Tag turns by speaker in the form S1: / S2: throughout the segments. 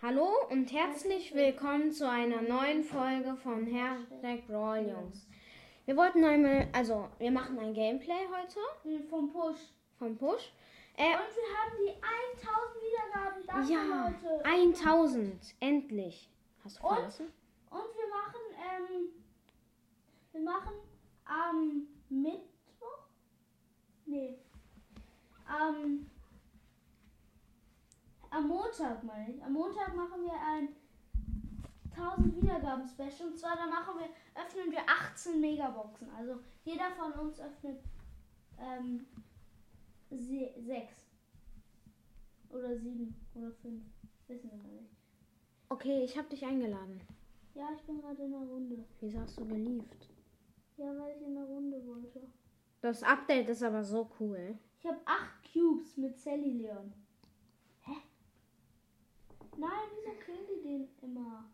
S1: Hallo und herzlich willkommen zu einer neuen Folge von Hashtag Brawl Jungs. Wir wollten einmal, also wir machen ein Gameplay heute
S2: Vom Push.
S1: vom Push.
S2: Und
S1: Äh,
S2: wir haben die 1000 Wiedergaben. Danke,
S1: ja,
S2: Leute.
S1: 1000, endlich. Hast du
S2: Und?
S1: vergessen?
S2: Und wir machen, ähm, wir machen am Mittwoch? Nee. Am, am Montag, meine ich. Am Montag machen wir ein 1000 Wiedergaben Special. Und zwar, da machen wir, öffnen wir 18 Megaboxen. Also jeder von uns öffnet, ähm, se sechs. Oder sieben. Oder fünf. Wissen wir noch nicht.
S1: Okay, ich habe dich eingeladen.
S2: Ja, ich bin gerade in der Runde.
S1: Wieso hast du gelieft?
S2: Ja, weil ich in der Runde wollte.
S1: Das Update ist aber so cool.
S2: Ich habe acht Cubes mit Sally Leon. Hä? Nein, wieso killen die den immer?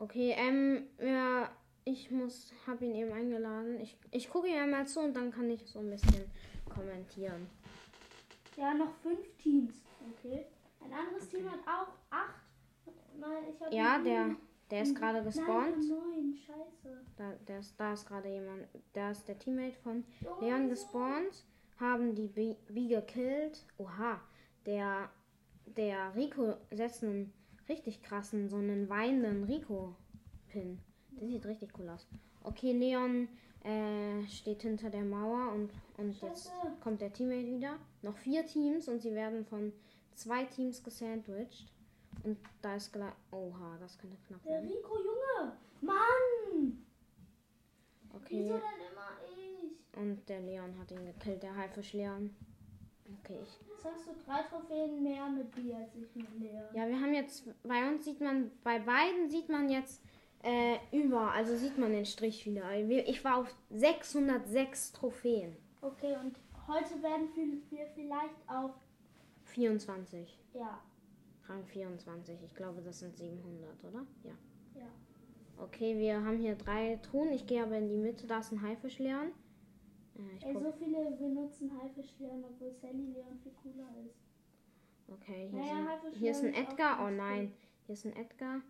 S1: Okay, ähm, ja, ich muss, habe ihn eben eingeladen. Ich, ich gucke ihm einmal zu und dann kann ich so ein bisschen kommentieren.
S2: Ja, noch fünf Teams. Okay. Ein anderes Team hat auch acht. Mal, ich hab
S1: Ja,
S2: mit
S1: der,
S2: ihm-
S1: der ist gerade
S2: Nein,
S1: gespawnt.
S2: neun, scheiße.
S1: Da, der ist, da ist gerade jemand, da ist der Teammate von
S2: Oh,
S1: Leon
S2: wieso?
S1: gespawnt, haben die B, B gekillt. Oha, der, der Rico setzt einen richtig krassen, so einen weinenden Rico-Pin. Der sieht richtig cool aus. Okay, Leon äh, steht hinter der Mauer und, und jetzt
S2: Scheiße.
S1: kommt der Teammate wieder. Noch vier Teams und sie werden von zwei Teams gesandwiched. Und da ist gleich. Oha, das könnte knapp
S2: Der
S1: werden.
S2: Rico Junge. Mann! Wieso
S1: Okay.
S2: denn immer ich?
S1: Und der Leon hat ihn gekillt, der Haifisch Leon. Okay, ich.
S2: Jetzt hast du drei Trophäen mehr mit dir als ich mit Leon.
S1: Ja, wir haben jetzt, bei uns sieht man, bei beiden sieht man jetzt äh, über, also sieht man den Strich wieder. Wir- Ich war auf 606 Trophäen.
S2: Okay, und heute werden vi- wir vielleicht auf.
S1: 24,
S2: Ja,
S1: Rang 24. Ich glaube, das sind 700, oder? Ja.
S2: ja.
S1: Okay, wir haben hier drei Truhen. Ich gehe aber in die Mitte, da ist ein Haifisch Leon. Äh, ich
S2: Ey,
S1: guck-
S2: so viele benutzen Haifisch Leon, obwohl Sally Leon viel cooler ist.
S1: okay, hier,
S2: Naja,
S1: sind,
S2: Haifisch
S1: hier ist
S2: Leon
S1: ein
S2: ist auch
S1: Edgar. Oh
S2: ganz
S1: nein, hier ist ein Edgar.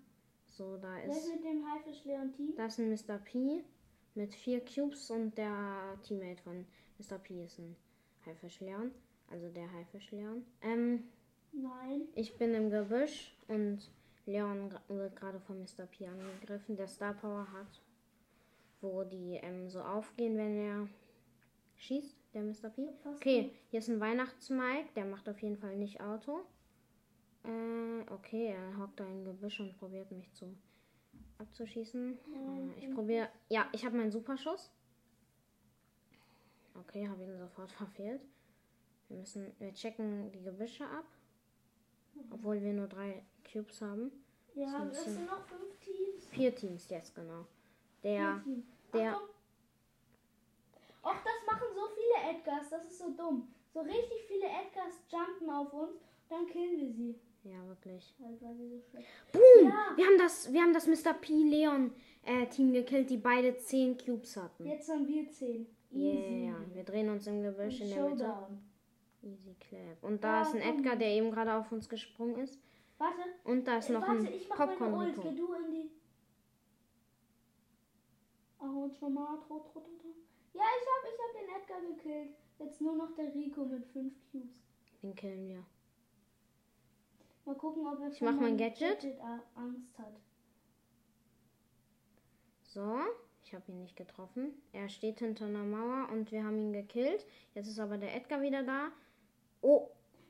S1: So, da
S2: Wer ist
S1: ist,
S2: mit dem Haifisch Leon Team?
S1: da ist ein Mr. P mit vier Cubes und der Teammate von Mr. P ist ein Haifisch Leon. Also der Haifisch Leon. Ähm,
S2: Nein.
S1: Ich bin im Gebüsch und Leon gra- wird gerade von Mr. P angegriffen, der Star Power hat, wo die ähm, so aufgehen, wenn er schießt, der Mr. P. Okay, hier ist ein Weihnachtsmike, der macht auf jeden Fall nicht Auto. Äh, okay, er hockt da im Gebüsch und probiert mich zu abzuschießen.
S2: Nein,
S1: Äh, ich probiere. Ja, ich habe meinen Superschuss. Okay, habe ihn sofort verfehlt. Wir müssen, wir checken die Gebüsche ab, obwohl wir nur drei Cubes haben.
S2: Ja,
S1: ist ein
S2: es sind noch fünf Teams.
S1: Vier Teams jetzt genau. Der,
S2: Vier Teams.
S1: der-
S2: Achtung. Och, das machen so viele Edgars, das ist so dumm. So richtig viele Edgars jumpen auf uns, dann killen wir sie.
S1: ja wirklich.
S2: Halt, weil sie so schlecht.
S1: Boom!
S2: Ja.
S1: Wir haben das, wir haben das Mr. P Leon äh, Team gekillt, die beide zehn Cubes hatten.
S2: Jetzt haben wir zehn. Easy.
S1: Yeah, wir drehen uns im
S2: Und
S1: Gebüsch in der Mitte.
S2: Showdown.
S1: Easy clap. Und da
S2: Ja,
S1: ist ein
S2: komm.
S1: Edgar, der eben gerade auf uns gesprungen ist.
S2: Warte,
S1: Und da ist noch
S2: Äh, Warte,
S1: ein
S2: ich mach meine Ult. Geh
S1: Popcorn-Rico.
S2: du in die. Orange, Format, rot, rot, rot. rot. Ja, ich hab, ich hab den Edgar gekillt. Jetzt nur noch der Rico mit 5 Cubes.
S1: Den killen wir.
S2: Mal gucken, ob er
S1: Ich mach mein Gadget.
S2: A- äh, Angst hat.
S1: So, ich habe ihn nicht getroffen. Er steht hinter einer Mauer und wir haben ihn gekillt. Jetzt ist aber der Edgar wieder da. Oh,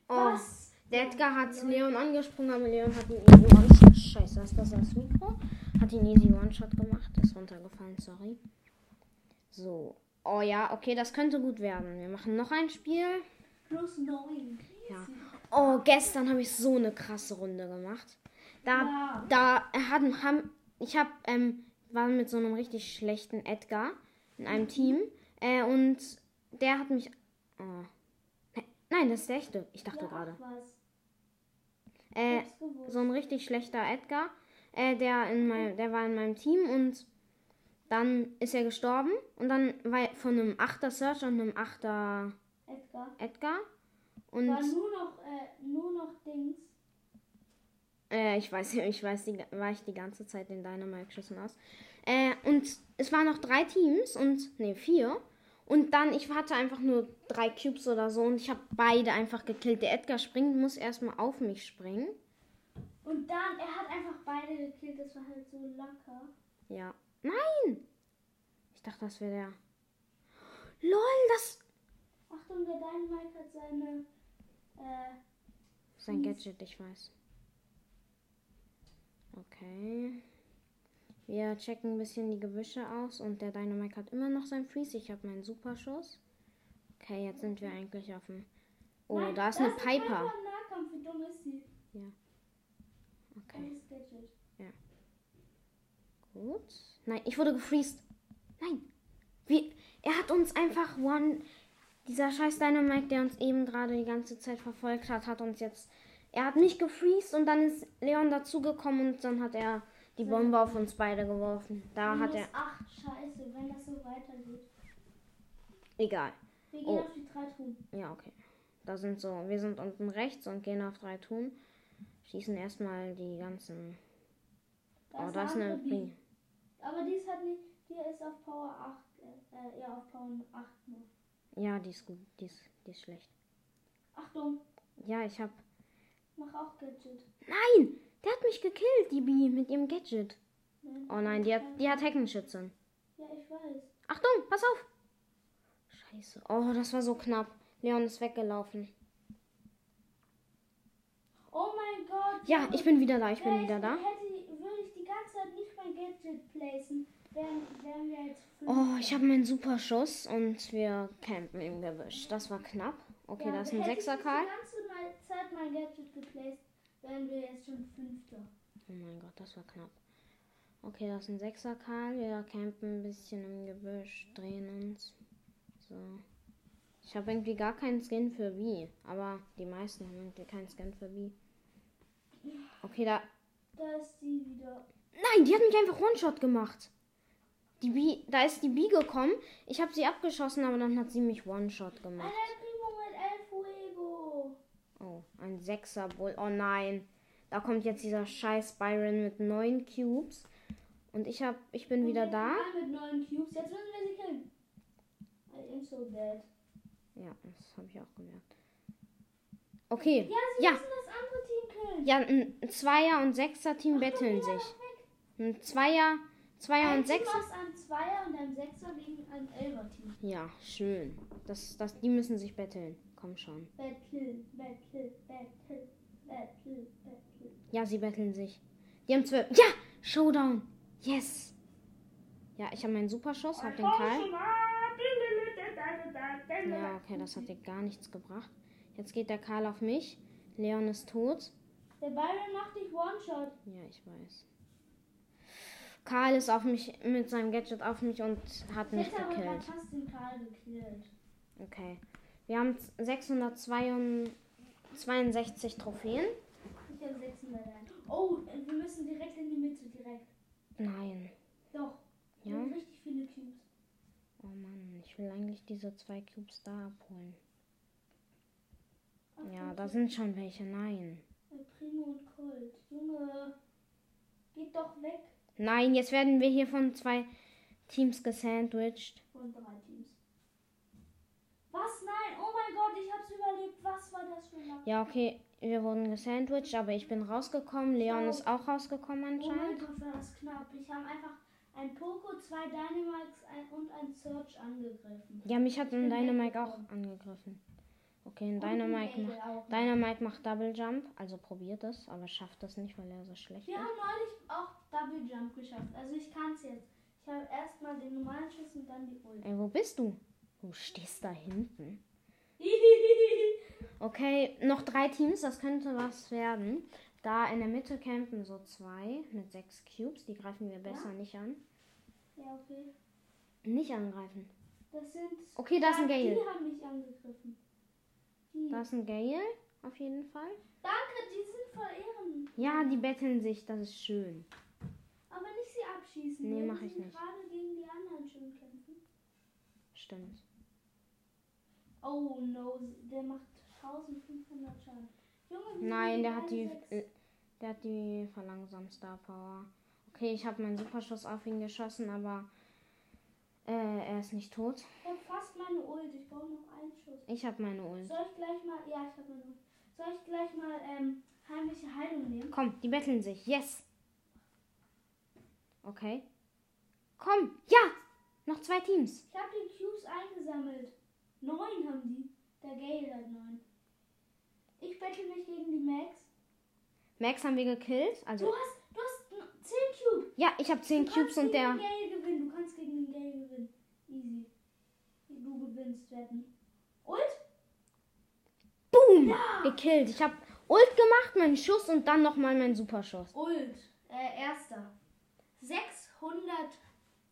S1: oh.
S2: Was?
S1: Der Edgar hat Leon angesprungen, aber Leon hat ihn easy one-shot. Scheiße, ist das das Mikro? Hat ihn easy one-shot gemacht. Ist runtergefallen, sorry. So. Oh ja, okay, das könnte gut werden. Wir machen noch ein Spiel.
S2: Plus 9.
S1: Ja. Oh, gestern habe ich so eine krasse Runde gemacht. Da,
S2: Ja.
S1: da haben, haben ich habe, ähm, war mit so einem richtig schlechten Edgar in einem Team äh, und der hat mich, oh. Ne- nein, das ist der echte. Ich dachte gerade.
S2: Was?
S1: Äh,
S2: Hab's gewusst.
S1: so ein richtig schlechter Edgar, äh, der in meinem, der war in meinem Team und dann ist er gestorben und dann war er von einem 8er Search und einem 8er
S2: Edgar.
S1: Edgar.
S2: War
S1: Und
S2: nur noch, äh, nur noch Dings.
S1: äh, ich weiß, ich weiß, die, war ich die ganze Zeit den Dynamite geschissen aus. Äh, und es waren noch drei Teams und nee vier. Und dann, ich hatte einfach nur drei Cubes oder so und ich habe beide einfach gekillt. Der Edgar springt, muss erstmal auf mich springen.
S2: Und dann, er hat einfach beide gekillt, das war halt so locker.
S1: Ja. Nein! Ich dachte, das wäre der. LOL, das.
S2: Achtung, der Dynamite hat seine, äh,
S1: Sein Gadget, ich weiß. Okay. Wir checken ein bisschen die Gebüsche aus und der Dynamite hat immer noch sein Freeze. Ich habe meinen Superschuss. Okay, jetzt sind wir eigentlich auf dem. Oh,
S2: Nein,
S1: da ist eine Piper.
S2: Im Nahkampf, wie dumm ist sie?
S1: Okay,
S2: Geiles Gadget.
S1: gut. Nein, ich wurde gefreezed. Nein. Wie, er hat uns einfach one. Dieser scheiß Dynamite, der uns eben gerade die ganze Zeit verfolgt hat, hat uns jetzt. Er hat mich gefreezed und dann ist Leon dazugekommen und dann hat er die Bombe auf uns beide geworfen. Da hat
S2: Minus
S1: er.
S2: acht, scheiße, wenn das so weitergeht.
S1: Egal.
S2: Wir gehen
S1: Oh.
S2: auf die drei Truhen.
S1: Ja, okay. Da sind so, wir sind unten rechts und gehen auf drei Tun. Schießen erstmal die ganzen. oh, da ist eine
S2: andere
S1: Bee.
S2: Aber die ist halt nicht, die ist auf Power 8, äh, äh, ja, auf Power 8 nur.
S1: Ja, die ist gut, die ist, die ist schlecht.
S2: Achtung,
S1: Ja, ich hab.
S2: mach auch Gadget.
S1: Nein! Der hat mich gekillt, die Bee, mit ihrem Gadget. Oh nein, die hat, die hat Heckenschützen.
S2: Ja, ich weiß.
S1: Achtung, pass auf! Scheiße. Oh, das war so knapp. Leon ist weggelaufen.
S2: Oh mein Gott.
S1: Ja, ich bin wieder da, ich bin
S2: Wäre
S1: wieder da.
S2: Hätte, würde ich die ganze Zeit nicht mein Gadget placen, wären, wären wir jetzt fünf. äh,
S1: Oh, ich habe meinen Superschuss und wir campen im Gebüsch. Das war knapp. Okay, da ist ein
S2: hätte ich
S1: Sechser
S2: nicht
S1: Karl.
S2: die ganze Mal- Zeit mein Gadget geplaced, wären wir jetzt schon Fünfter.
S1: Oh mein Gott, das war knapp. Okay, das ist ein Sechser Karl. Wir campen ein bisschen im Gebüsch, drehen uns. So. Ich habe irgendwie gar keinen Skin für wie, aber die meisten haben irgendwie keinen Skin für wie. Okay, da
S2: Da ist die wieder.
S1: Nein, die hat mich einfach One-Shot gemacht. Die Bee, da ist die Bee gekommen. Ich habe sie abgeschossen, aber dann hat sie mich One-Shot
S2: Alter,
S1: gemacht.
S2: Primo mit El Fuego.
S1: Oh, ein Sechser Bull. Oh nein. Da kommt jetzt dieser scheiß Byron mit neun Cubes. Und ich hab, ich bin
S2: Und
S1: wieder
S2: jetzt
S1: da.
S2: Karl Mit neun Cubes. Jetzt müssen wir sie killen. I am so dead.
S1: Ja, das habe ich auch gemerkt. Okay.
S2: Ja, sie
S1: Ja.
S2: müssen das andere Team killen.
S1: Ja, ein ein Zweier- und Sechser-Team betteln sich. Ein Zweier, Zweier
S2: Ein
S1: und
S2: Team
S1: Sechser.
S2: aus einem Zweier und einem Sechser gegen ein Elfer-Team.
S1: Ja, schön. Das, das, die müssen sich betteln. Komm schon.
S2: Battle, battle, battle, battle, battle.
S1: Ja, sie betteln sich. Die haben zwölf. Ja! Showdown! Yes! Ja, ich habe meinen Superschuss, hab den Karl. Ja, okay, das hat dir gar nichts gebracht. Jetzt geht der Karl auf mich. Leon ist tot.
S2: Der Byron macht dich One-Shot.
S1: Ja, ich weiß. Karl ist auf mich mit seinem Gadget auf mich und hat mich
S2: Jetzt habe ich aber
S1: gekillt.
S2: fast den Karl gekillt.
S1: Okay. Wir haben 662 Trophäen.
S2: Ich habe 601. Oh, wir müssen direkt in die Mitte, direkt.
S1: Nein.
S2: Doch. Wir
S1: Ja?
S2: haben richtig viele Cubes.
S1: Oh Mann, ich will eigentlich diese zwei Cubes da abholen.
S2: Ach,
S1: Ja,
S2: und
S1: da sind schon welche. Nein.
S2: Äh, Primo und Colt. Junge, geht doch weg
S1: Nein, jetzt werden wir hier von zwei Teams gesandwiched.
S2: von drei Teams. Was? Nein! Oh mein Gott, ich hab's überlebt. Was war das für ein Lack?
S1: Ja, okay, wir wurden gesandwiched, aber ich bin rausgekommen. Leon ist auch rausgekommen
S2: Oh mein
S1: anscheinend.
S2: Gott, war das knapp. Ich habe einfach ein Poco, zwei Dynamax ein, und ein Search angegriffen.
S1: Ja, mich hat ein
S2: bin
S1: Dynamite auch
S2: weggekommen.
S1: angegriffen. Okay, ein
S2: Und ein
S1: Dynamite ne?
S2: Bagel
S1: macht,
S2: auch.
S1: Dynamite macht Double Jump, also probiert es, aber schafft es nicht, weil er so schlecht
S2: Wir
S1: ist.
S2: haben neulich auch Double Jump geschafft. Also ich kann's jetzt. Ich habe erstmal den normalen Schuss und dann die Ult.
S1: Ey, wo bist du? Du stehst da hinten. Okay, noch drei Teams, das könnte was werden. Da in der Mitte campen so zwei mit sechs Cubes, die greifen wir besser nicht an.
S2: ja, okay.
S1: Nicht angreifen.
S2: Das sind.
S1: Okay, da ist ein Gale.
S2: Die haben mich angegriffen. Die.
S1: Da ist ein Gale, auf jeden Fall.
S2: Danke, die sind voll Ehren.
S1: Ja, die betteln sich, das ist schön.
S2: Aber nicht sie abschießen.
S1: Nee,
S2: wir
S1: mach ich
S2: müssen
S1: nicht.
S2: gerade gegen die anderen schon kämpfen.
S1: Stimmt.
S2: Oh no, der macht 1500 Schaden. Junge, wieso
S1: Nein,
S2: sind
S1: der hat
S2: alle
S1: die.
S2: sechs?
S1: äh, Der hat die verlangsamt Star Power. Okay, ich habe meinen Superschuss auf ihn geschossen, aber äh, er ist nicht tot.
S2: Ich hab fast meine Ult, ich brauche noch einen Schuss.
S1: Ich habe meine Ult.
S2: Soll ich gleich mal. Ja, ich hab meine Ult. Soll ich gleich mal ähm, heimliche Heilung nehmen?
S1: Komm, die betteln sich. Yes! Okay. Komm! Ja! Noch zwei Teams.
S2: Ich hab die Cubes eingesammelt. Neun haben die. Der Gale hat neun. Ich bettel mich gegen die Max.
S1: Max haben wir gekillt.
S2: Du
S1: Also,
S2: hast, du hast n- zehn Cube.
S1: ja, ich habe zehn
S2: Du
S1: Cubes
S2: kannst
S1: und
S2: gegen
S1: der.
S2: den Gale gewinnen. Du kannst gegen den Gale gewinnen. Easy. Du gewinnst, Wetten. Und?
S1: Boom! Gekillt. Ich habe Ult gemacht, meinen Schuss und dann nochmal meinen Superschuss.
S2: Ult, äh, erster.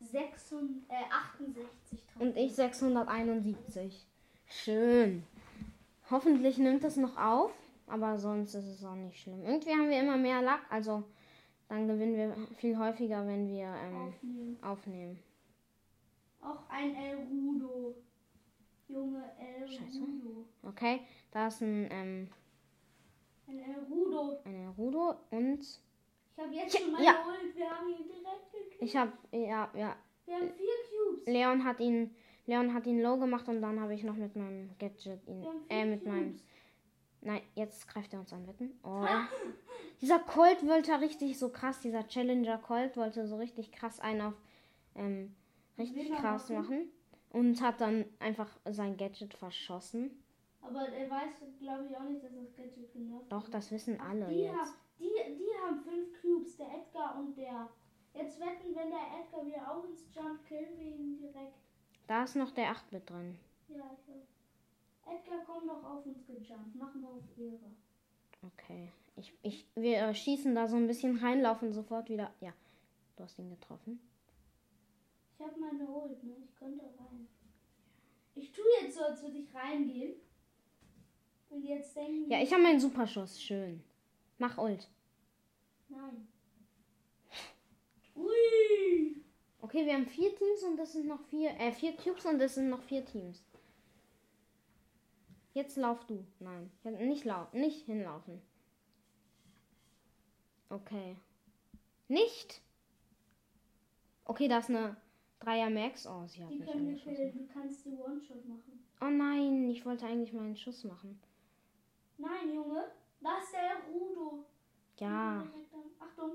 S2: äh, 668 Treffer.
S1: Und ich 671. Schön. Hoffentlich nimmt es noch auf, aber sonst ist es auch nicht schlimm. Irgendwie haben wir immer mehr Lack, also dann gewinnen wir viel häufiger, wenn wir ähm,
S2: Aufnehmen.
S1: aufnehmen.
S2: Auch ein El Rudo. Junge El
S1: Scheiße.
S2: Rudo.
S1: Okay, da ist ein, ähm,
S2: Ein El Rudo.
S1: ein Rudo und
S2: Ich habe jetzt
S1: Ja,
S2: schon meine
S1: ja.
S2: Ult. Wir haben ihn direkt gekriegt.
S1: ich habe, ja, ja,
S2: Wir haben vier Cubes.
S1: Leon hat ihn, Leon hat ihn low gemacht und dann habe ich noch mit meinem Gadget ihn,
S2: Wir haben vier
S1: äh, mit
S2: Cubes.
S1: meinem, nein, jetzt greift er uns an, wetten. Oh, er, dieser Colt wollte richtig so krass, dieser Challenger Colt wollte so richtig krass einen auf, ähm, richtig
S2: Wen
S1: krass
S2: machen?
S1: machen und hat dann einfach sein Gadget verschossen.
S2: Aber er weiß, glaube ich, auch nicht, dass das Gadget genervt
S1: Doch, das wissen alle
S2: die,
S1: jetzt.
S2: Haben, die, die haben fünf Cubes, der Edgar und der. Jetzt wetten, wenn der Edgar wieder auf uns jumpt, killen wir ihn direkt.
S1: Da ist noch der 8 mit drin.
S2: Ja, ich weiß. Edgar, komm doch auf uns gejumpt. Mach mal auf Ehre.
S1: Okay. Ich, ich, wir äh, schießen da so ein bisschen rein, laufen sofort wieder. Ja, du hast ihn getroffen.
S2: Ich hab meine Ult, ne? Ich könnte rein. Ich tu jetzt so, als würde ich reingehen. Und jetzt denken
S1: Ja, ich habe meinen Superschuss. Schön. Mach Ult.
S2: Nein. Ui!
S1: Okay, wir haben vier Teams und das sind noch vier, äh, vier Cubes und das sind noch vier Teams. Jetzt lauf du. Nein, nicht lau nicht hinlaufen. Okay. Nicht? Okay, da ist eine Dreier Max. Oh, sie hat
S2: Die
S1: mich
S2: können wir
S1: angeschossen.
S2: killen. Du kannst die One-Shot machen.
S1: Oh nein, ich wollte eigentlich meinen Schuss machen.
S2: Nein, Junge. Da ist der Rudo.
S1: Ja.
S2: Hm, Achtung.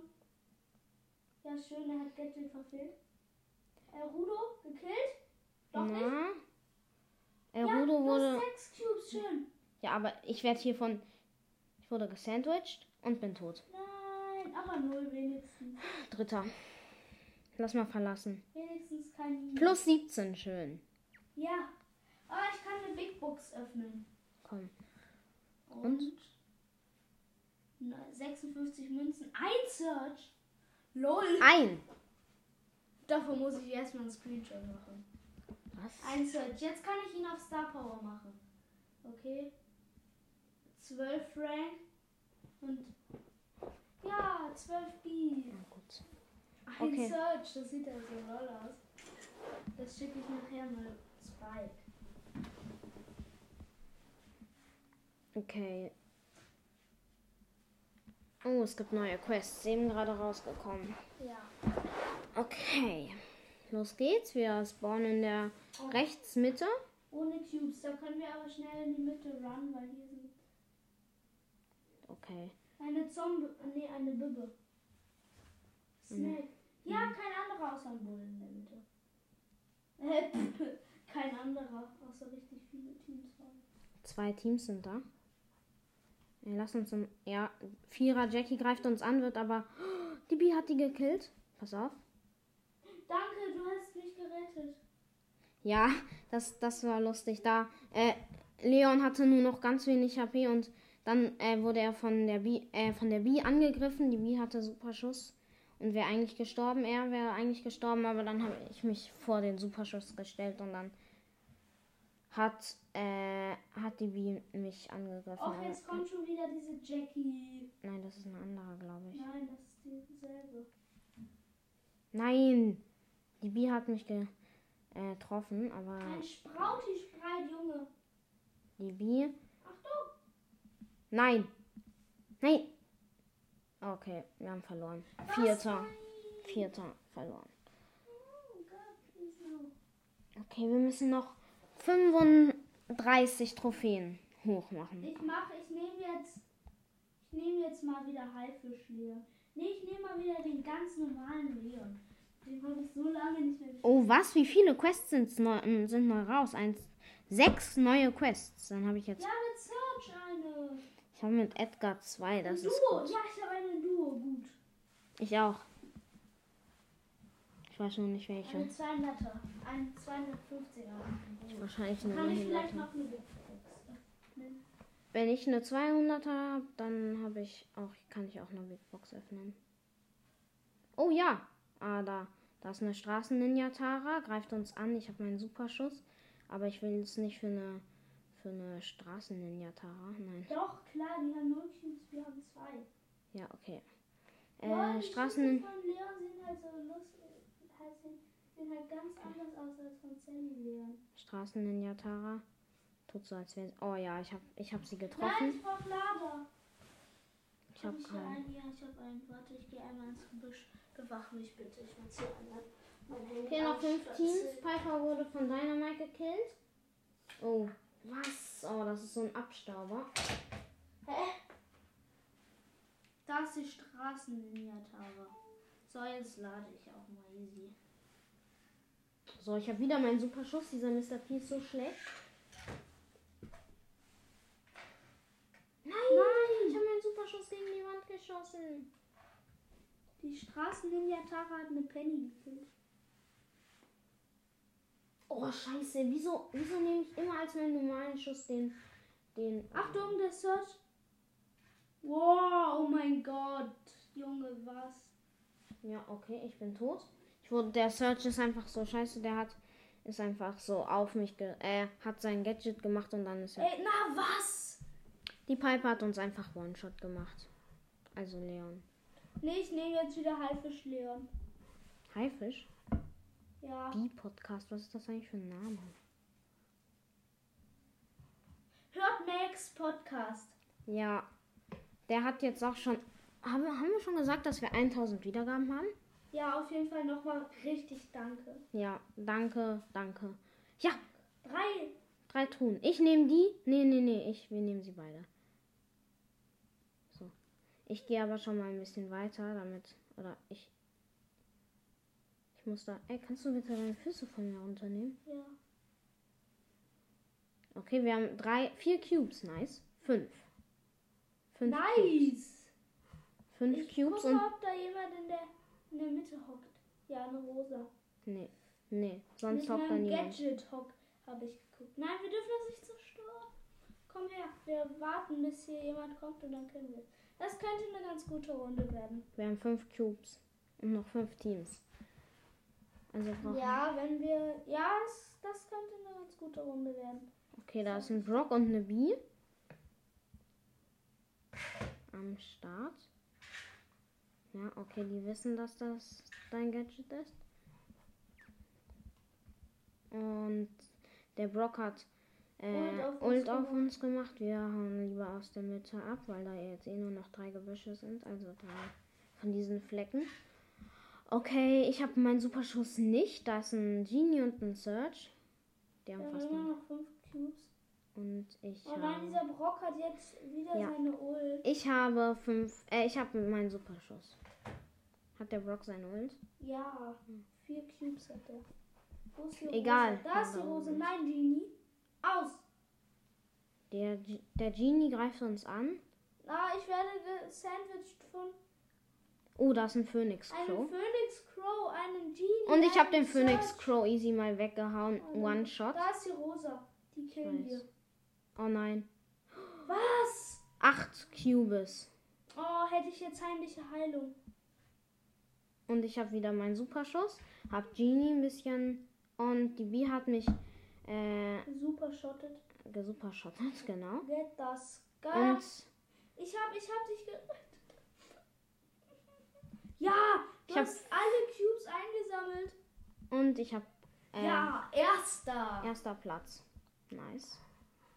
S2: Ja, schön, er hat Gadget verfehlt. Äh, Rudo, gekillt? Doch nicht.
S1: Na? ne? Äh,
S2: Ja,
S1: Rudo
S2: du
S1: wurde.
S2: hast sechs Cubes, schön.
S1: Ja, aber ich werde hier von. Ich wurde gesandwiched und bin tot.
S2: Nein, aber null wenigstens.
S1: Dritter. Lass mal verlassen.
S2: Wenigstens kein...
S1: Plus 17, schön.
S2: Ja. Aber ich kann eine Big Box öffnen.
S1: Komm.
S2: Und? Na, 56 Münzen. Ein Search? LOL.
S1: Ein.
S2: Davon muss ich erstmal einen Screenshot machen.
S1: Was?
S2: Ein Search. Jetzt kann ich ihn auf Star Power machen. Okay. 12 Rank. Und. Ja, 12 B.
S1: Na gut.
S2: Ein
S1: Okay.
S2: Search. Das sieht ja so lol aus. Das schicke ich nachher mal Spike.
S1: Okay. Oh, es gibt neue Quests. Eben gerade rausgekommen.
S2: Ja.
S1: Okay. Los geht's. Wir spawnen in der
S2: Und
S1: Rechtsmitte.
S2: ohne Cubes. Da können wir aber schnell in die Mitte run, weil hier sind.
S1: Okay.
S2: Eine Zombie, nee, eine Bibbe. Snack. Ja, kein anderer außer ein Bull in der Mitte. Äh, pff, kein anderer, außer richtig viele Teams haben.
S1: Zwei Teams sind da. Ja, lass uns im. Ja, Vierer Jackie greift uns an, wird aber. Die Bee hat die gekillt. Pass auf.
S2: Danke, du hast mich gerettet.
S1: Ja, das, das war lustig. Da. Äh, Leon hatte nur noch ganz wenig HP und dann äh, wurde er von der Bee, äh, von der Bee angegriffen. Die Bee hatte Superschuss und wäre eigentlich gestorben. Er wäre eigentlich gestorben, aber dann habe ich mich vor den Superschuss gestellt und dann hat, äh, hat die Bee mich angegriffen.
S2: Och,
S1: aber- äh,
S2: jetzt kommt schon wieder diese Jackie.
S1: Nein, das ist ein anderer, glaube ich.
S2: Nein, das ist dieselbe.
S1: Nein! Die Bi hat mich ge- äh, getroffen, aber
S2: Ein Sprauti-Spreit, Junge.
S1: BB.
S2: Achtung!
S1: Nein! Nein! Okay, wir haben verloren. Vierter. Vierter verloren.
S2: Oh Gott, wieso?
S1: Okay, wir müssen noch 35 Trophäen hochmachen.
S2: Ich mache, ich nehme jetzt, ich nehme jetzt mal wieder Haifischleon. Nee, ich nehme mal wieder den ganz normalen Leon. Den habe ich so lange nicht mehr gespielt.
S1: Oh, was? Wie viele Quests sind's neu, m, sind neu raus? Eins, sechs neue Quests. Dann habe ich jetzt.
S2: Ja, mit Search eine.
S1: Ich habe mit Edgar zwei. Das ist
S2: Duo.
S1: gut.
S2: Ja, ich habe eine Duo. Gut.
S1: Ich auch. Ich weiß nur nicht welche.
S2: Eine 200er. Ein 250er.
S1: Wahrscheinlich
S2: Kann ich vielleicht
S1: eine
S2: noch eine Witze?
S1: Wenn ich eine 200er habe, dann habe ich auch, kann ich auch eine Big Box öffnen. Oh ja. Ah, da. Da ist eine Straßen-Ninja Tara. Greift uns an. Ich habe meinen Superschuss. Aber ich will es nicht für eine, für eine Straßen-Ninja Tara. Nein.
S2: Doch, klar, die haben 0 Cubes, wir haben 2.
S1: Ja, okay. Äh, Straßen.
S2: von Leon sehen halt so lustig, halt sehen, sehen halt ganz anders aus als von Sandy Leon.
S1: Straßen-Ninja Tara. Tut so, als wäre. Oh ja, ich habe ich hab sie
S2: Nein,
S1: getroffen.
S2: ich brauch Laber.
S1: Ich habe
S2: ich hier
S1: keinen.
S2: einen? Ja, ich hab einen. Warte, ich gehe einmal ins Gebüsch. Bewach mich bitte, ich will zu anderen. Mein Handy
S1: Okay, noch fünf
S2: aufstöpseln.
S1: Teams. Piper wurde von Dynamite gekillt. Oh, was? Oh, das ist so ein Abstauber.
S2: Hä? Da ist die Straßenlinie-Tara. So, jetzt lade ich auch mal easy.
S1: So, ich habe wieder meinen Superschuss. Dieser Mr. P ist so schlecht. Nein! Ich habe meinen Superschuss gegen die Wand geschossen.
S2: Die Straßenlinie-Tara hat eine Penny gekillt.
S1: Oh, scheiße. Wieso, wieso nehme ich immer als meinen normalen Schuss den... den
S2: Achtung, der Search. Wow, oh mein Gott. Junge, was?
S1: Ja, okay, ich bin tot. Ich wurde, der Search ist einfach so scheiße, der hat ist einfach so auf mich ge äh, hat sein Gadget gemacht und dann ist er.
S2: Ey, na was?
S1: Die Piper hat uns einfach One-Shot gemacht. Also Leon.
S2: Nee, ich nehme jetzt wieder Haifisch Leon.
S1: Haifisch?
S2: Ja.
S1: B-Podcast, was ist das eigentlich für ein Name?
S2: Hört Max Podcast.
S1: Ja, der hat jetzt auch schon. Haben wir, haben wir schon gesagt, dass wir 1000 Wiedergaben haben?
S2: Ja, auf jeden Fall nochmal richtig danke.
S1: Ja, danke, danke. Ja,
S2: Drei.
S1: drei Truhen. Ich nehme die. Nee, nee, nee, ich, wir nehmen sie beide. So. Ich gehe aber schon mal ein bisschen weiter, damit. Oder ich. Ich muss da. Ey, kannst du bitte deine Füße von mir runternehmen?
S2: Ja.
S1: Okay, wir haben drei, vier Cubes, nice. Fünf. Fünf Cubes.
S2: Nice.
S1: Fünf
S2: Ich
S1: Cubes
S2: gucke,
S1: und.
S2: ob da jemand in der, in der Mitte hockt. Ja, eine Rosa.
S1: Nee. Nee, sonst
S2: Mit
S1: hockt da
S2: meinem
S1: niemand.
S2: Gadget hock habe ich geguckt. Nein, wir dürfen das nicht zerstören. Komm her, wir warten, bis hier jemand kommt und dann können wir. Das könnte eine ganz gute Runde werden.
S1: Wir haben fünf Cubes. Und noch fünf Teams. Also brauchen
S2: Ja, wenn wir. Ja, das, das könnte eine ganz gute Runde werden.
S1: Okay, da ist ein Brock und eine Bee. Am Start. Ja, okay, die wissen, dass das dein Gadget ist. Und der Brock hat
S2: Ult
S1: äh,
S2: auf uns
S1: Ult auf
S2: gemacht.
S1: uns gemacht. Wir hauen lieber aus der Mitte ab, weil da jetzt eh nur noch drei Gebüsche sind. Also drei von diesen Flecken. Okay, ich habe meinen Superschuss nicht. Da ist ein Genie und ein Search. Die haben
S2: Wir haben
S1: fast
S2: immer noch fünf Cubes.
S1: und ich
S2: Oh nein,
S1: habe,
S2: dieser Brock hat jetzt wieder
S1: Ja.
S2: seine Ult.
S1: ich habe fünf, äh, ich habe meinen Superschuss. Hat der Brock seine Ult?
S2: Ja, vier Cubes hat er. Wo ist die
S1: Egal.
S2: Rose? Da ist die
S1: Da
S2: Rose.
S1: oben.
S2: Nein, Genie. Aus.
S1: Der, G- der Genie greift uns an.
S2: Ah, ich werde gesandwiched von
S1: Oh, da ist ein Phoenix
S2: Einen
S1: Crow.
S2: Phoenix Crow, einen Genie.
S1: Und ich habe den
S2: einen
S1: Phoenix
S2: Search.
S1: Crow easy mal weggehauen. One Shot.
S2: Oh, Da ist die Rosa. Die killen
S1: Nice.
S2: wir.
S1: Oh nein.
S2: Was?
S1: Acht Cubes.
S2: Oh, hätte ich jetzt heimliche Heilung.
S1: Und ich habe wieder meinen Superschuss. Hab Genie ein bisschen. Und die Bee hat mich äh,
S2: Super schottet.
S1: gesuperschottet, genau.
S2: Get das. Geil.
S1: Und
S2: Ich hab, ich hab dich gerettet. Ja, du
S1: Ich hab-
S2: hast alle Cubes eingesammelt.
S1: und ich habe äh,
S2: ja, erster.
S1: erster Platz. Nice.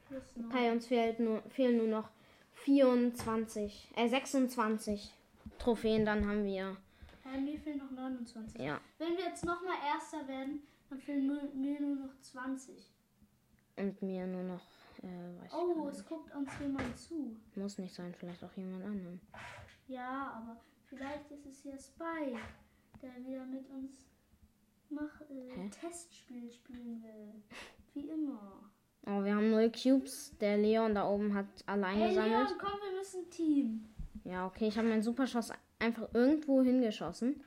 S2: Plus neun.
S1: Okay, uns fehlt nur, fehlen nur noch 24, äh 26 Trophäen, dann haben wir,
S2: Äh, mir fehlen noch 29.
S1: ja.
S2: Wenn wir jetzt nochmal Erster werden, dann fehlen nur, mir nur noch 20.
S1: Und mir nur noch, äh, weiß ich
S2: Oh,
S1: gar
S2: es guckt uns jemand zu.
S1: nicht. Muss nicht sein, vielleicht auch jemand anderen.
S2: Ja, aber vielleicht ist es hier Spike, der wieder mit uns mach, äh,
S1: Hä?
S2: Testspiel spielen will. Wie immer.
S1: Oh, wir haben null Cubes. Der Leon da oben hat allein
S2: Hey
S1: gesammelt.
S2: Leon, komm, wir müssen Team.
S1: Ja, okay, ich habe meinen Superschuss einfach irgendwo hingeschossen.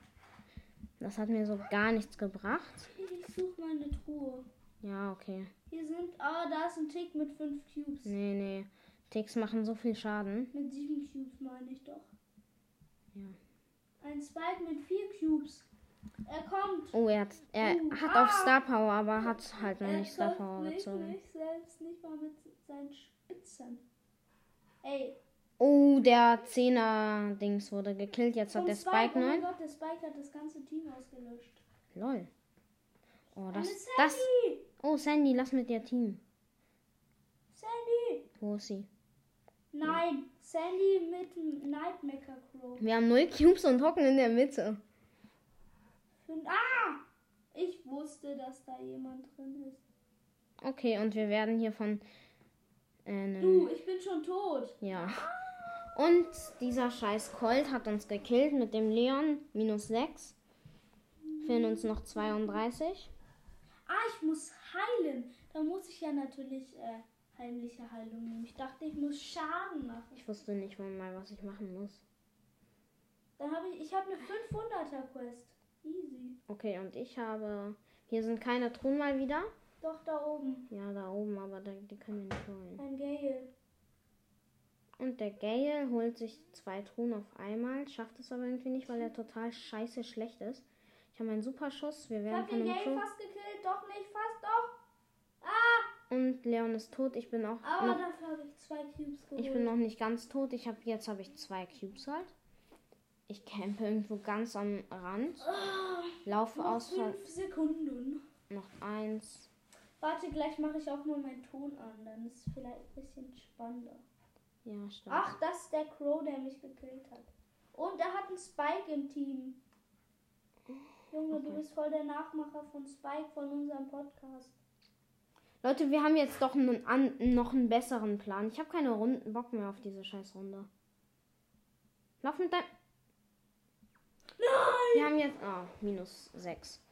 S1: Das hat mir so gar nichts gebracht.
S2: Ich suche meine Truhe.
S1: Ja, okay.
S2: Hier sind, oh, da ist ein Tick mit 5 Cubes.
S1: Nee, nee. Ticks machen so viel Schaden.
S2: Mit 7 Cubes meine ich doch.
S1: Ja.
S2: Ein Spike mit 4 Cubes. Er kommt.
S1: Oh, er hat, er
S2: Uh,
S1: hat
S2: ah.
S1: auf Star Power, aber hat halt noch
S2: er
S1: nicht Star
S2: trifft
S1: Power
S2: mich
S1: gezogen.
S2: nicht selbst nicht mal mit seinen Spitzern. Ey,
S1: Oh, der Zehner-Dings wurde gekillt. Jetzt hat
S2: Und
S1: der Spike
S2: Oh
S1: 9.
S2: mein Gott, der Spike hat das ganze Team ausgelöscht.
S1: Lol. Oh,
S2: Eine
S1: das,
S2: Sandy!
S1: das. Oh, Sandy, lass mit dir Team.
S2: Sandy!
S1: Wo ist sie?
S2: Nein, Sandy mit dem Nightmaker Crow.
S1: Wir haben null Cubes und hocken in der Mitte.
S2: Fünf- Ah! Ich wusste, dass da jemand drin ist.
S1: Okay, und wir werden hier von. Äh, einem-
S2: Du, ich bin schon tot.
S1: Ja. Und dieser scheiß Colt hat uns gekillt mit dem Leon. Minus 6. Fehlen uns noch 32.
S2: Ah, ich muss heilen. Da muss ich ja natürlich äh, heimliche Heilung nehmen. Ich dachte, ich muss Schaden machen.
S1: Ich wusste nicht mal, was ich machen muss.
S2: Dann habe ich, ich habe eine 500er Quest. Easy.
S1: Okay, und ich habe. Hier sind keine Truhen mal wieder.
S2: Doch da oben.
S1: Ja, da oben, aber da, die können wir nicht holen.
S2: Ein Gale.
S1: Und der Gale holt sich zwei Truhen auf einmal. Schafft es aber irgendwie nicht, weil er total scheiße schlecht ist. Ich habe einen super Schuss. Wir
S2: Ich
S1: werden
S2: habe
S1: von
S2: den
S1: dem
S2: Gale
S1: Schuss.
S2: fast gekillt. Doch nicht, fast doch. Ah!
S1: Und Leon ist tot. Ich bin auch.
S2: Aber
S1: noch
S2: dafür habe ich zwei Cubes geholt.
S1: Ich bin noch nicht ganz tot. Ich habe jetzt habe ich zwei Cubes halt. Ich campe irgendwo ganz am Rand.
S2: Ah,
S1: Laufe
S2: noch
S1: aus. Ver-
S2: fünf Sekunden.
S1: Noch eins.
S2: Warte, gleich mache ich auch mal meinen Ton an. Dann ist es vielleicht ein bisschen spannender.
S1: Ja, stimmt.
S2: Ach, das ist der Crow, der mich gekillt hat. Und er hat einen Spike im Team. Junge, du
S1: Okay.
S2: bist voll der Nachmacher von Spike von unserem Podcast.
S1: Leute, wir haben jetzt doch einen, an, noch einen besseren Plan. Ich habe keine Runden Bock mehr auf diese Scheißrunde. Lauf mit deinem.
S2: Nein!
S1: Wir haben jetzt. Ah, minus 6.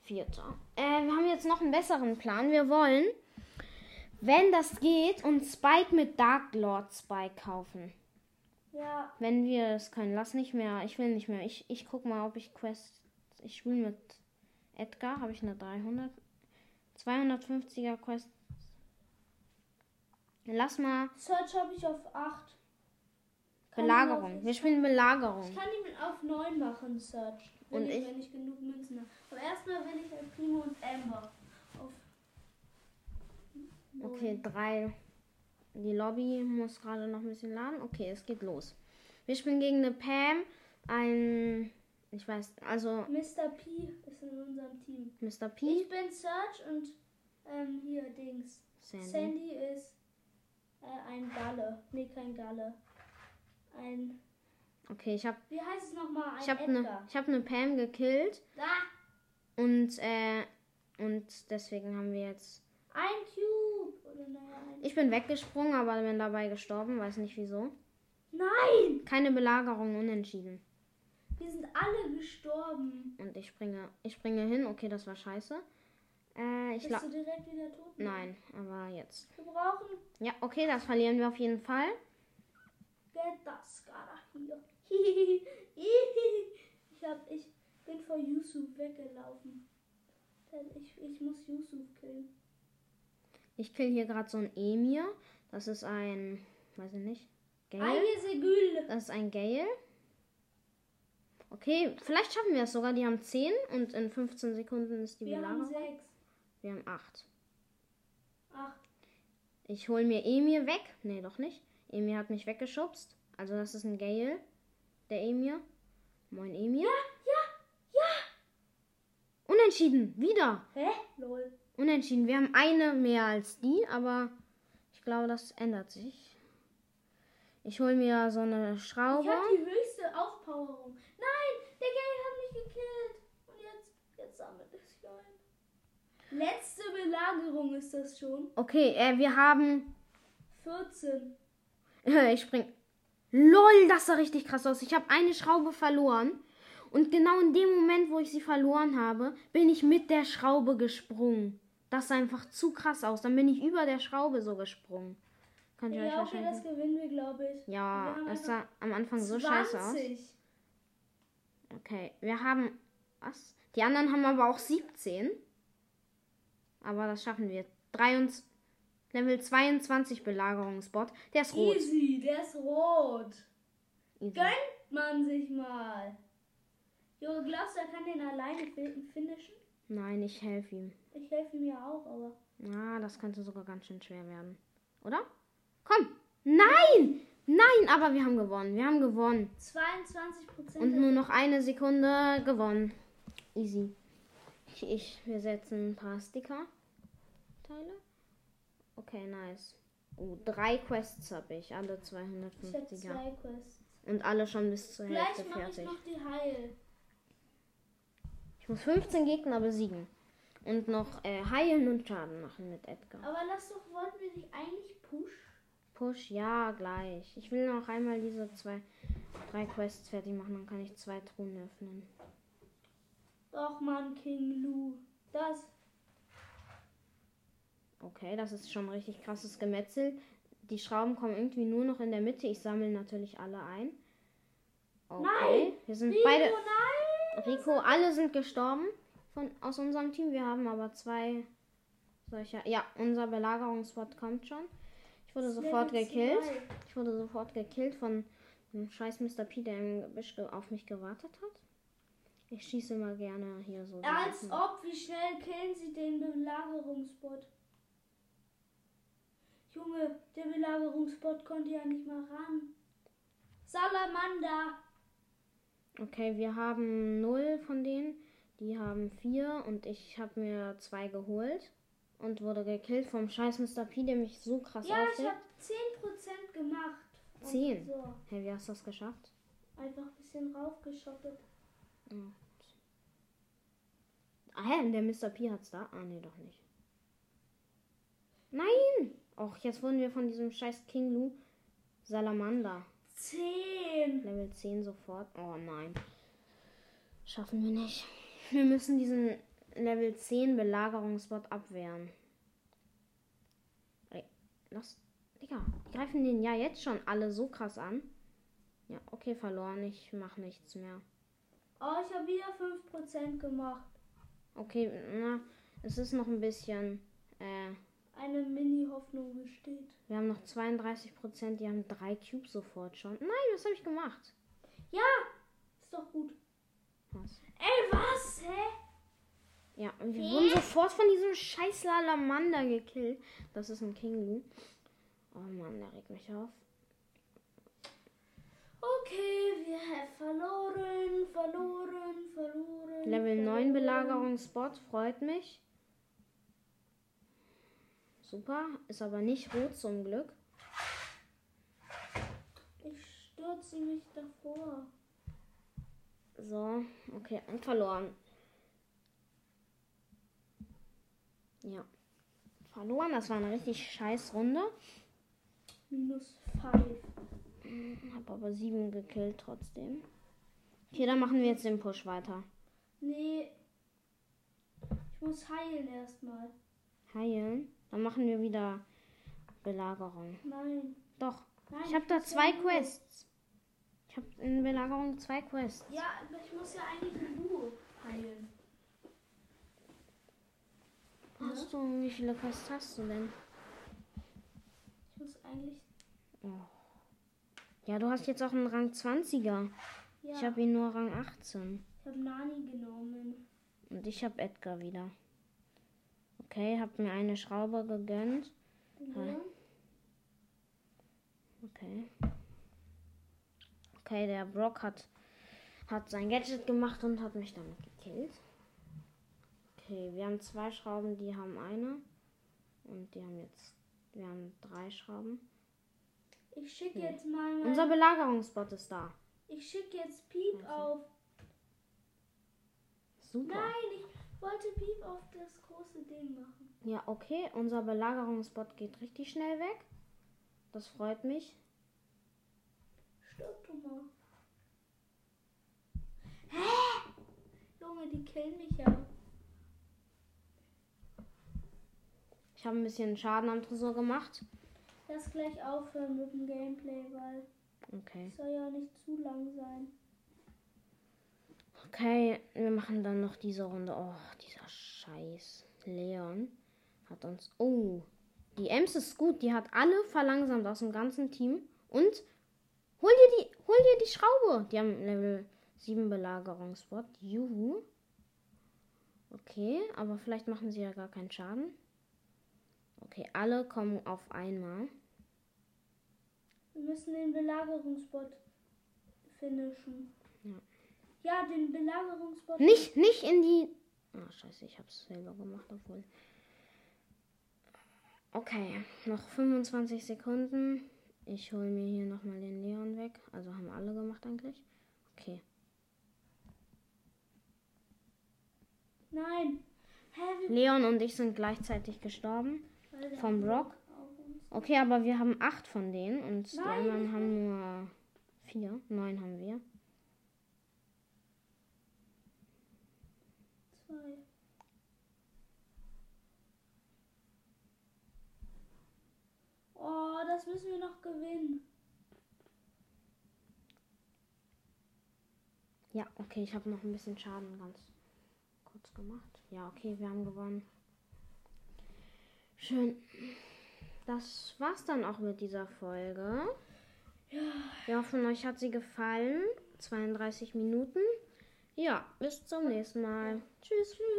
S1: Vierter. Äh, wir haben jetzt noch einen besseren Plan. Wir wollen, wenn das geht, uns Spike mit Dark Lord Spike kaufen.
S2: Ja,
S1: Wenn wir es können, lass nicht mehr. Ich will nicht mehr. Ich, ich guck mal, ob ich Quest. Ich spiele mit Edgar. Habe ich eine 300. 250er Quest. Lass mal.
S2: Search habe ich auf 8.
S1: Belagerung. Wir spielen
S2: Ich
S1: Belagerung.
S2: kann ihn auf 9 machen, Search. Wenn
S1: Und
S2: ich,
S1: ich-
S2: wenn ich genug Münzen habe. Aber erstmal will ich El Primo und Amber. Auf neun.
S1: Okay, drei. Die Lobby muss gerade noch ein bisschen laden. Okay, es geht los. Wir spielen gegen eine Pam. Ein. Ich weiß. Also
S2: Mr. P ist in unserem Team.
S1: Mr. P.
S2: Ich bin Search und ähm, hier Dings. Sandy,
S1: Sandy.
S2: ist äh, ein Galle. Nee, kein Galle. Ein.
S1: Okay, ich habe
S2: Wie heißt es nochmal? Ein
S1: ich hab
S2: Edgar.
S1: eine ich hab ne Pam gekillt.
S2: Ah,
S1: Und, äh, und deswegen haben wir jetzt.
S2: ein Cube. Oder naja, ein.
S1: Ich bin weggesprungen, aber bin dabei gestorben, weiß nicht wieso.
S2: Nein!
S1: Keine Belagerung, unentschieden.
S2: Wir sind alle gestorben.
S1: Und ich springe, ich springe hin, okay, das war scheiße. Äh, ich
S2: Bist
S1: la
S2: du direkt wieder tot?
S1: Nein, aber jetzt.
S2: Wir brauchen
S1: Ja, okay, das verlieren wir auf jeden Fall.
S2: Get das Skara hier. ich, hab, ich bin vor Yusuf weggelaufen. Denn Ich, ich muss Yusuf killen.
S1: Ich kill hier gerade so ein Emir. Das ist ein, weiß ich nicht, Gale.
S2: Eine Segül.
S1: Das ist ein Gale. Okay, vielleicht schaffen wir es sogar. Die haben 10 und in 15 Sekunden ist die
S2: Wir haben
S1: Belagerung.
S2: sechs.
S1: Wir haben 8.
S2: Ach,
S1: Ich hol mir Emir weg. Nee, doch nicht. Emir hat mich weggeschubst. Also das ist ein Gale. Der Emir. Moin Emir. Unentschieden. Wieder.
S2: hä? Lol.
S1: Unentschieden. Wir haben eine mehr als die, aber ich Ich glaube, das ändert sich. Ich hole mir so eine
S2: Ich
S1: Schraube.
S2: hab die höchste Aufpowerung. Nein, der Gay hat mich gekillt. Und jetzt, jetzt sammelt es sich ein. Letzte Belagerung ist das schon.
S1: Okay, äh, wir haben.
S2: 14.
S1: ich spring. LOL, das sah richtig krass aus. Ich habe eine Schraube verloren. Und genau in dem Moment, wo ich sie verloren habe, bin ich mit der Schraube gesprungen. Das sah einfach zu krass aus. Dann bin ich über der Schraube so gesprungen. Könnt ihr euch
S2: Ja, okay,
S1: wahrscheinlich.
S2: das gewinnen wir, glaube ich.
S1: ja,
S2: wir haben
S1: das sah am Anfang so scheiße aus. Okay, wir haben. Was? Die anderen haben aber auch 17. Aber das schaffen wir. 23, Level 22 Belagerungsbot. Der ist rot.
S2: Easy, der ist rot.
S1: Easy.
S2: Gönnt man sich mal. Jo, glaubst du, er kann den alleine fi- finishen?
S1: Nein, ich helfe ihm.
S2: Ich helfe ihm ja auch, aber.
S1: Ah, das könnte sogar ganz schön schwer werden. Oder? Komm! Nein! Nein, aber wir haben gewonnen. Wir haben gewonnen.
S2: 22 Prozent.
S1: Und nur noch eine Sekunde gewonnen. Easy. Ich, ich wir setzen ein paar Sticker. Teile. Okay, nice. Oh, drei Quests habe ich. Alle
S2: Ich hab
S1: 250er.
S2: zwei Quests.
S1: Und alle schon bis zur Hälfte
S2: Gleich mache ich
S1: fertig.
S2: noch die Heil.
S1: Ich muss 15 Gegner besiegen. Und noch äh, heilen und Schaden machen mit Edgar.
S2: Aber lass doch, wollten wir nicht eigentlich push?
S1: Push, ja, gleich. Ich will noch einmal diese zwei, drei Quests fertig machen. Dann kann ich zwei Truhen öffnen.
S2: Doch, Mann, King Lou. Das.
S1: Okay, das ist schon richtig krasses Gemetzel. Die Schrauben kommen irgendwie nur noch in der Mitte. Ich sammle natürlich alle ein. Okay,
S2: Nein!
S1: wir sind
S2: Rico,
S1: Hm, beide.
S2: nein!
S1: Rico, alle sind gestorben von, aus unserem Team. Wir haben aber zwei solcher. Ja, unser Belagerungsbot kommt schon. Ich wurde sofort
S2: Level
S1: gekillt.
S2: zwei.
S1: Ich wurde sofort gekillt von einem scheiß Mr. P, der im Gebüsch ge- auf mich gewartet hat. Ich schieße immer gerne hier so. die
S2: Als
S1: Sachen.
S2: ob, wie schnell killen sie den Belagerungsbot? Junge, der Belagerungsbot konnte ja nicht mal ran. Salamander!
S1: Okay, wir haben null von denen. Die haben vier und ich habe mir zwei geholt und wurde gekillt vom scheiß Mr. P, der mich so krass
S2: ja, ich
S1: aufregt.
S2: habe 10% gemacht. Und
S1: Zehn?
S2: So,
S1: Hey, wie hast du das geschafft?
S2: einfach ein bisschen raufgeschottet.
S1: Ah, hä, der Mr. P hat's da? Ah, nee, doch nicht. Nein! Och, jetzt wurden wir von diesem scheiß King Lu Salamander.
S2: 10!
S1: Level 10 sofort. Oh nein. Schaffen wir nicht. Wir müssen diesen Level 10 Belagerungsbot abwehren. Ey, lass. Digga, die greifen den ja jetzt schon alle so krass an. Ja, okay, verloren. Ich mach nichts mehr.
S2: Oh, ich habe wieder 5% gemacht.
S1: Okay, na, es ist noch ein bisschen. Äh,
S2: Eine Mini-Hoffnung besteht.
S1: wir haben noch 32%, die haben drei Cubes sofort schon. Nein, was habe ich gemacht?
S2: Ja, ist doch gut.
S1: Was?
S2: Ey, was? Hä?
S1: Ja, und wir
S2: Hä?
S1: wurden sofort von diesem scheiß Salamander gekillt. Das ist ein Känguru. Oh Mann, der regt mich auf.
S2: Okay, wir haben verloren, verloren, verloren.
S1: Level 9
S2: verloren.
S1: Belagerungsbot, freut mich. Super, ist aber nicht rot zum Glück.
S2: Ich stürze mich davor.
S1: So, okay, und verloren. Ja. Verloren, das war eine richtig scheiß Runde.
S2: Minus 5.
S1: Hab aber sieben gekillt trotzdem. Okay, dann machen wir jetzt den Push weiter.
S2: Nee. Ich muss heilen erstmal.
S1: Heilen. Dann machen wir wieder Belagerung.
S2: Nein.
S1: Doch.
S2: Nein.
S1: Ich habe da
S2: muss ja
S1: zwei
S2: nur-
S1: Quests. Ich habe in Belagerung zwei Quests.
S2: Ja, aber ich muss ja eigentlich nur heilen.
S1: Hast du, wie viele Quests hast du denn?
S2: Ich muss eigentlich.
S1: Ja, du hast jetzt auch einen Rang 20er.
S2: Ja,
S1: Ich habe ihn nur Rang 18.
S2: ich hab Nani genommen.
S1: Und ich habe Edgar wieder. Okay, habe mir eine Schraube gegönnt.
S2: Ja.
S1: Okay. Okay, der Brock hat, hat sein Gadget gemacht und hat mich damit gekillt. Okay, wir haben zwei Schrauben, die haben eine. Und die haben jetzt Wir haben drei Schrauben.
S2: Ich schicke
S1: Nee.
S2: jetzt mal mein,
S1: Hm. Unser Belagerungsbot ist da.
S2: Ich schicke jetzt Piep
S1: Also.
S2: auf.
S1: Super.
S2: Nein, ich wollte Piep auf das große Ding machen.
S1: Ja, okay. Unser Belagerungsbot geht richtig schnell weg. Das freut mich.
S2: Stirb du mal. Hä? Junge, die killen mich ja.
S1: Ich habe ein bisschen Schaden am Tresor gemacht.
S2: Lass gleich aufhören mit dem Gameplay, weil
S1: Okay.
S2: es soll ja nicht zu lang sein.
S1: Okay, wir machen dann noch diese Runde. Oh, dieser Scheiß. Leon hat uns. Oh, die Ems ist gut. Die hat alle verlangsamt aus dem ganzen Team. Und hol dir die, hol dir die Schraube. Die haben Level 7 Belagerungsbot. Juhu. Okay, aber vielleicht machen sie ja gar keinen Schaden. Okay, alle kommen auf einmal.
S2: Wir müssen den Belagerungsbot finishen.
S1: Ja.
S2: Ja, den Belagerungsbot.
S1: Nicht, nicht in die. Ah, scheiße, ich hab's selber gemacht, obwohl. Okay, noch 25 Sekunden. Ich hole mir hier nochmal den Leon weg. Also haben alle gemacht eigentlich. Okay.
S2: Nein. Hä, wir
S1: Leon und ich sind gleichzeitig gestorben.
S2: Weil der
S1: Vom Rock. Oh,
S2: auf uns-
S1: Okay, aber wir haben acht von denen und die
S2: Nein.
S1: anderen haben nur vier. Neun haben wir.
S2: Zwei. Oh, das müssen wir noch gewinnen.
S1: Ja, okay, ich habe noch ein bisschen Schaden ganz kurz gemacht. Ja, okay, wir haben gewonnen. Schön. Das war's dann auch mit dieser Folge. Wir hoffen, euch hat sie gefallen. 32 Minuten. Ja, bis zum nächsten Mal. Tschüss.